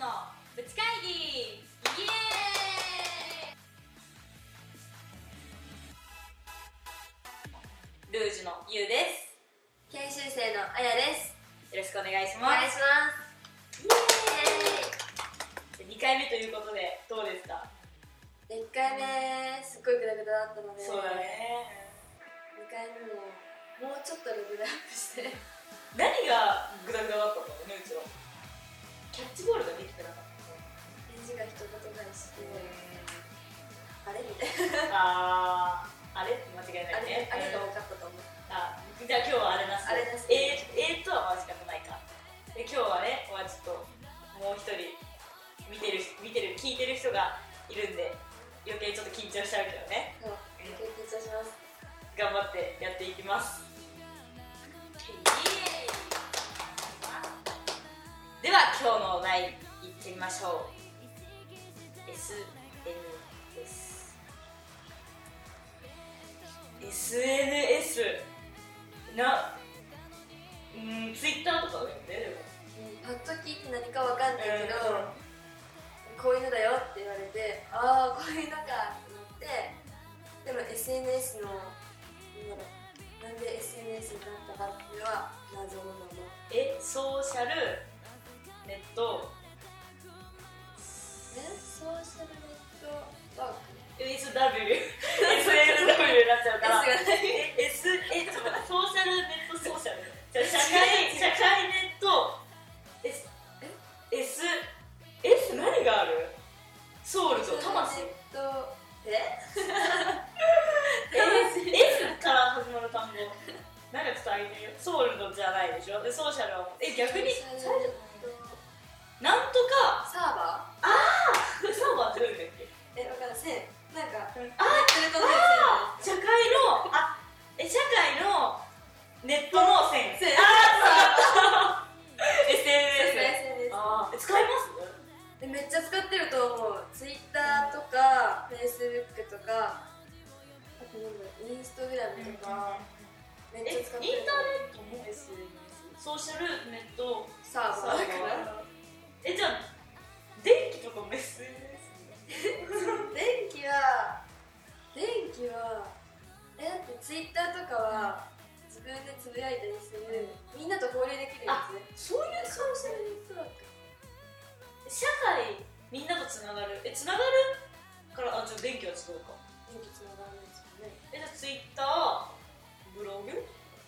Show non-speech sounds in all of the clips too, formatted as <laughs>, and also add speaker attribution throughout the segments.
Speaker 1: のぶち会議イエーイルージュのゆうです
Speaker 2: 研修生のあやです。
Speaker 1: よろしくお願いし
Speaker 2: お願
Speaker 1: ま
Speaker 2: い
Speaker 1: す
Speaker 2: します。
Speaker 1: 2回目ということでどうですか、
Speaker 2: イエーイ。1回目すっごいグダグダだったので、
Speaker 1: ね
Speaker 2: 2回目ももうちょっとレベルアップして、
Speaker 1: 何がグダグダだったのねうちのキャッチボールができてなかった
Speaker 2: 返事が一言返して、あれみたい
Speaker 1: あーあれって間違い
Speaker 2: な。
Speaker 1: な
Speaker 2: あ
Speaker 1: いね
Speaker 2: れあれが
Speaker 1: うん
Speaker 2: 多かったと思う。
Speaker 1: あじゃあ今日はあれなし
Speaker 2: あれなし
Speaker 1: えーえーとはまじかくないかで今日はねまあちょっともう一人見てる見てる聞いてる人がいるんで余計ちょっと緊張しちゃうけどね
Speaker 2: そう、緊張します。
Speaker 1: 頑張ってやっていきますでは今日のお題いってみましょう SNS SNS なうん Twitter とかだよねでも
Speaker 2: パッと聞いて何かわかんないけど、こういうのだよって言われて、ああこういうのかって思って、でも SNS のなんだろうなんで SNS になったかっていうのは謎のまま。
Speaker 1: えソーシャルネット
Speaker 2: ね、ソーシャルネットワーク
Speaker 1: SW SNW になっちゃうから
Speaker 2: S がない
Speaker 1: S えちょっと待ってソーシャルネットソーシャルじゃあ社会社会ネット S
Speaker 2: え
Speaker 1: S S 何があるソウルと魂
Speaker 2: 魂とえ
Speaker 1: S, S から始まる単語なんかちょっとあげてみようソウルドじゃないでしょでソーシャルはえ逆に
Speaker 2: ソーシャ
Speaker 1: 最
Speaker 2: ルネ
Speaker 1: 初
Speaker 2: ット
Speaker 1: なんとか
Speaker 2: サーバ
Speaker 1: サーバーってどういうんだっけ
Speaker 2: ーえ、わかんない、せんなんか
Speaker 1: あ
Speaker 2: ネットの
Speaker 1: あ社会のあえ社会のネットの線
Speaker 2: 線
Speaker 1: ああ SNS
Speaker 2: SNS です
Speaker 1: あーえ使います
Speaker 2: でめっちゃ使ってると思う Twitter とか Facebook とかあとなんだろうインスタグラムとかめっ
Speaker 1: えイン
Speaker 2: ちゃ
Speaker 1: ター
Speaker 2: 使って
Speaker 1: ネットも
Speaker 2: る
Speaker 1: SNS ソーシャルネット
Speaker 2: サーバーだから
Speaker 1: えじゃあ電気とかも SNS
Speaker 2: 電気は電気はえだってツイッターとかは自分でつぶやいたりするみんなと交流できるやつね
Speaker 1: そういうソーシャル
Speaker 2: ネットワーク
Speaker 1: 社会みんなとつながるえつながるからあじゃあ電気は使うか
Speaker 2: 電気つながるんですよね
Speaker 1: えじゃあツイッターブログ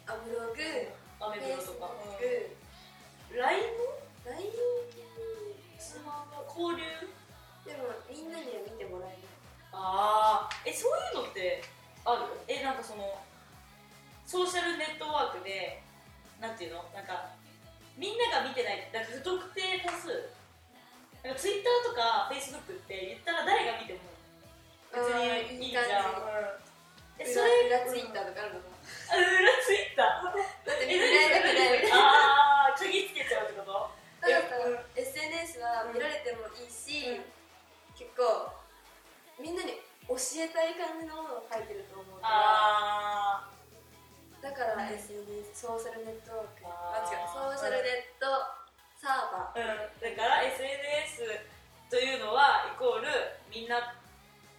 Speaker 2: あブログフェイ
Speaker 1: アメブロ
Speaker 2: ス
Speaker 1: と
Speaker 2: ブ
Speaker 1: か
Speaker 2: ッ
Speaker 1: LINE も
Speaker 2: ク LINE
Speaker 1: スマホ交流
Speaker 2: 系でもみんなには見てもらえない
Speaker 1: ああえそういうのってあるえなんかそのソーシャルネットワークでなんていうのなんかみんなが見てないなんか不特定多数なんかツイッターとかフェイスブックって言ったら誰が見ても別にいいじゃんえそ
Speaker 2: そ
Speaker 1: れ
Speaker 2: れ裏ツイッターとかあるのかな
Speaker 1: あ裏ツイッター
Speaker 2: だって
Speaker 1: え
Speaker 2: 見られたくないみたい
Speaker 1: ああ
Speaker 2: な
Speaker 1: 鍵つけちゃうってこと
Speaker 2: だから、SNS は見られてもいいし、
Speaker 1: うん
Speaker 2: 結構みんなに教えたい感じのものを書いてると思うから
Speaker 1: あ
Speaker 2: だから
Speaker 1: うん
Speaker 2: SNS ソーシャルネットワーク
Speaker 1: あ
Speaker 2: あ違う
Speaker 1: ー
Speaker 2: ソーシャルネットサーバ
Speaker 1: あうんだから SNS というのはイコールみんな
Speaker 2: ー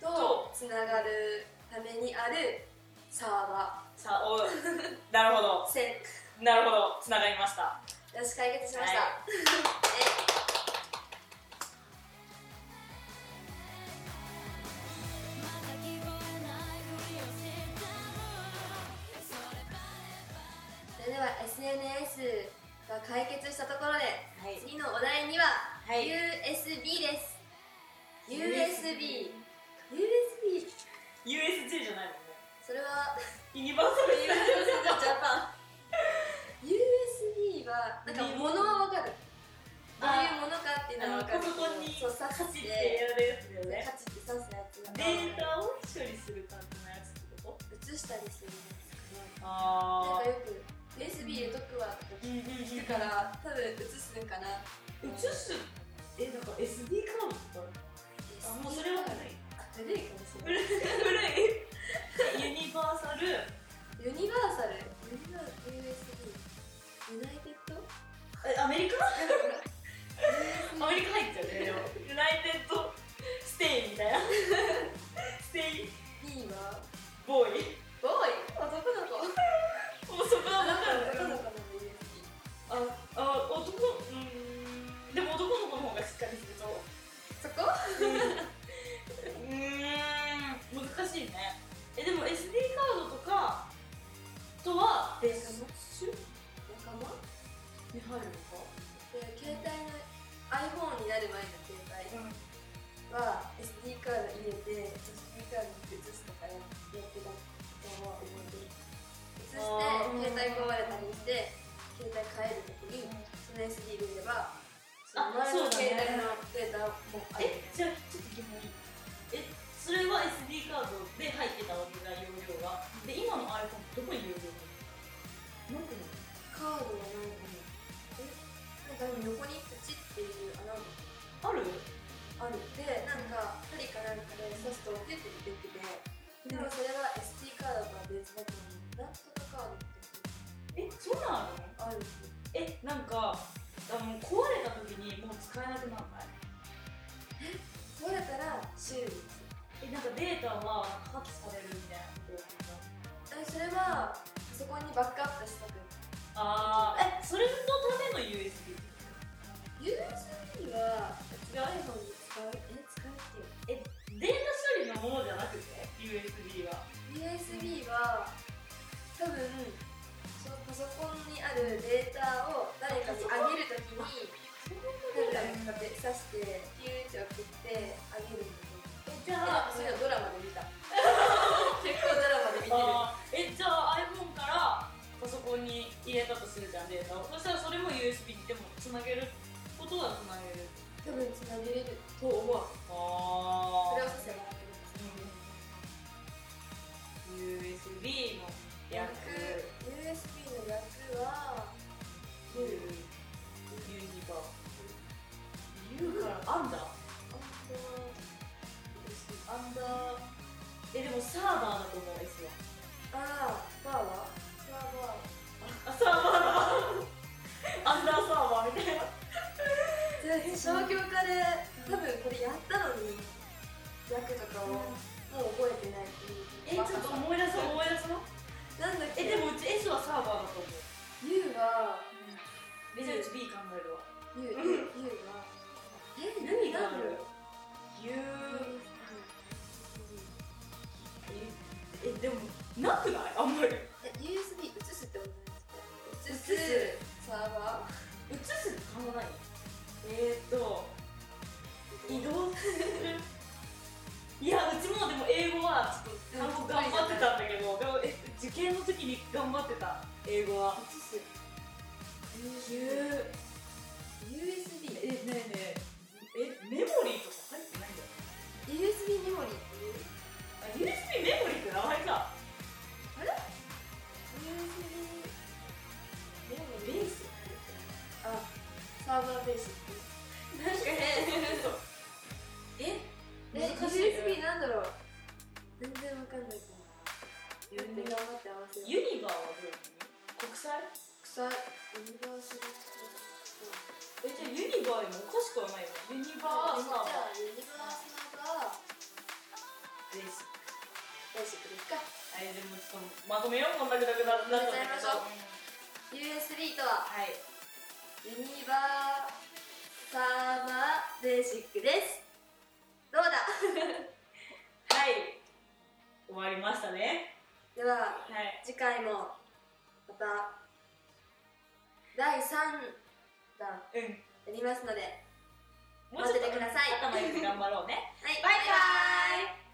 Speaker 2: とつながるためにあるサーバ
Speaker 1: さ <laughs> あおなるほど
Speaker 2: ー線
Speaker 1: なるほどつながりました
Speaker 2: よし解決しました、
Speaker 1: は
Speaker 2: えそれでは SNS が解決したところで
Speaker 1: はい
Speaker 2: 次のお題には、
Speaker 1: はい
Speaker 2: USB です
Speaker 1: USB
Speaker 2: USB USB
Speaker 1: USJ じゃないもんね
Speaker 2: それは
Speaker 1: ユニバーサルスタジオジャパン
Speaker 2: ジャパン USB はなんか物は分かるどう
Speaker 1: あ
Speaker 2: いうものかっていうのは分か
Speaker 1: あ
Speaker 2: る
Speaker 1: のパソコンに
Speaker 2: そう刺
Speaker 1: 走っ
Speaker 2: してて
Speaker 1: やるやつだよね
Speaker 2: カチって刺すやつが
Speaker 1: データを処理する感じのやつってこと
Speaker 2: 移したりするんですけど
Speaker 1: あ
Speaker 2: なんかよく USB 入れとくわって
Speaker 1: うんうんうん
Speaker 2: 聞くから多分移すんかな
Speaker 1: 映すえなんか SD カードとかあもうそれは古い
Speaker 2: 古いかもしれない
Speaker 1: <laughs> 古いユニバーサル
Speaker 2: ユニバーサルユニバーサル USB ユナイテッド
Speaker 1: えアメリカ
Speaker 2: なんかほら
Speaker 1: <laughs> アメリカ入っちゃうね <laughs> <laughs> 男うんでも男の子の方がしっかりすると
Speaker 2: そこ
Speaker 1: うーん難しいねえでも SD カードとかとは
Speaker 2: 電
Speaker 1: 別
Speaker 2: 話
Speaker 1: 種
Speaker 2: 仲間
Speaker 1: に入るのか
Speaker 2: で携帯の iPhone になる前の携帯は SD カード入れて SD カードに移すとかやってたのは覚えてる移して
Speaker 1: あー
Speaker 2: 携帯壊れたりして携帯変えるときにその SD 入れればその前の携帯のデータもある
Speaker 1: えじゃあちょっと疑問えそれは SD カードで入ってたわけだ容量がで今の iPhone ってどこに容量がなんかね
Speaker 2: カードはなんかねえなんかでも横にプチっていう穴
Speaker 1: あ
Speaker 2: が
Speaker 1: る
Speaker 2: あるってなんか針かなんかで刺すとピュッて出てきてでもそれは SD カードとは別だと思うなんとかカードって
Speaker 1: えそうなの
Speaker 2: あるんで
Speaker 1: えなんかあの壊れた時にもう使えなくならない
Speaker 2: 壊れたら修理です
Speaker 1: えなんかデータは破棄されるみたいなことなんか
Speaker 2: えそれはパソコンにバックアップしたく
Speaker 1: あーえそれのための USB
Speaker 2: USB は iPhone に使うえ使うっていう
Speaker 1: えデータ処理のものじゃなくて USB は
Speaker 2: USB は多分そのパソコンにあるデータを誰かにあげるときになんかこうやって刺してピューって送ってあげるんだけど
Speaker 1: えじゃ
Speaker 2: あ
Speaker 1: あ
Speaker 2: それはドラマで見た結構ドラマで見て
Speaker 1: あーえ
Speaker 2: る
Speaker 1: じゃあ iPhone からパソコンに入れたとするじゃんデータをそしたらそれも USB にでもつなげることはつなげる
Speaker 2: 多分つなげれると思う
Speaker 1: あ
Speaker 2: それを
Speaker 1: あ
Speaker 2: させば
Speaker 1: USB の
Speaker 2: 役
Speaker 1: 役
Speaker 2: USB の役は
Speaker 1: ユーユニバーユーからアンダーアンダーえでもサーバーだと思う S は
Speaker 2: ああバーはサーバ
Speaker 1: あサーバーだアンダーサーバーみたいな
Speaker 2: ーで商業科で多分これやったのに役とかをもう覚えてないっていう
Speaker 1: えちょっと思い出そう思い出そう
Speaker 2: なんだっけ
Speaker 1: えでもうち S はサーバーだと思う
Speaker 2: U は
Speaker 1: めちゃうち B 考えるわ
Speaker 2: U, U
Speaker 1: うん
Speaker 2: はえ
Speaker 1: 何が
Speaker 2: な
Speaker 1: あ
Speaker 2: ん
Speaker 1: る
Speaker 2: だろう
Speaker 1: U
Speaker 2: え
Speaker 1: ええでもなくないあんまり
Speaker 2: USB 移すってことないですか
Speaker 1: 移す
Speaker 2: サーバ
Speaker 1: 移すって考えないえーっと
Speaker 2: ー
Speaker 1: 移動するいやうちもでも英語はちょっと単語頑張ってたんだけどでもえ受験の時に頑張ってた英語は
Speaker 2: 移す
Speaker 1: 急
Speaker 2: USB
Speaker 1: えねえねええメモリーとか入ってないんだよ
Speaker 2: USB メモリーってい
Speaker 1: あ
Speaker 2: う
Speaker 1: USB メモリーって名前か
Speaker 2: USB メモ
Speaker 1: ベ
Speaker 2: リー
Speaker 1: ース
Speaker 2: あサーバーベースっていうなんかね
Speaker 1: え
Speaker 2: え
Speaker 1: 難しい
Speaker 2: USB なんだろう全然わかんないか
Speaker 1: ユ
Speaker 2: ら頑張って
Speaker 1: ニ
Speaker 2: 頑張って合わせよう
Speaker 1: バーはどういう意味国際
Speaker 2: 草ユニバーシテ
Speaker 1: えじゃあユニバーよりもおかしくはないよねユニ
Speaker 2: ィ
Speaker 1: バー
Speaker 2: じゃ
Speaker 1: サーバ
Speaker 2: あユニバーサーバー
Speaker 1: ーベース
Speaker 2: ベーシックですか
Speaker 1: あれでもちょっとまとめようこんなグダグダになったんだけど
Speaker 2: まと USB とは
Speaker 1: はい
Speaker 2: ユニバーサーバーベーシックですどうだ
Speaker 1: はい終わりましたね
Speaker 2: で
Speaker 1: は
Speaker 2: は
Speaker 1: い
Speaker 2: 次回もまた第3弾
Speaker 1: うん
Speaker 2: やりますので
Speaker 1: もうちょっと
Speaker 2: 待っててください
Speaker 1: 頭よく頑張ろうね
Speaker 2: はい
Speaker 1: バイバイ
Speaker 2: イ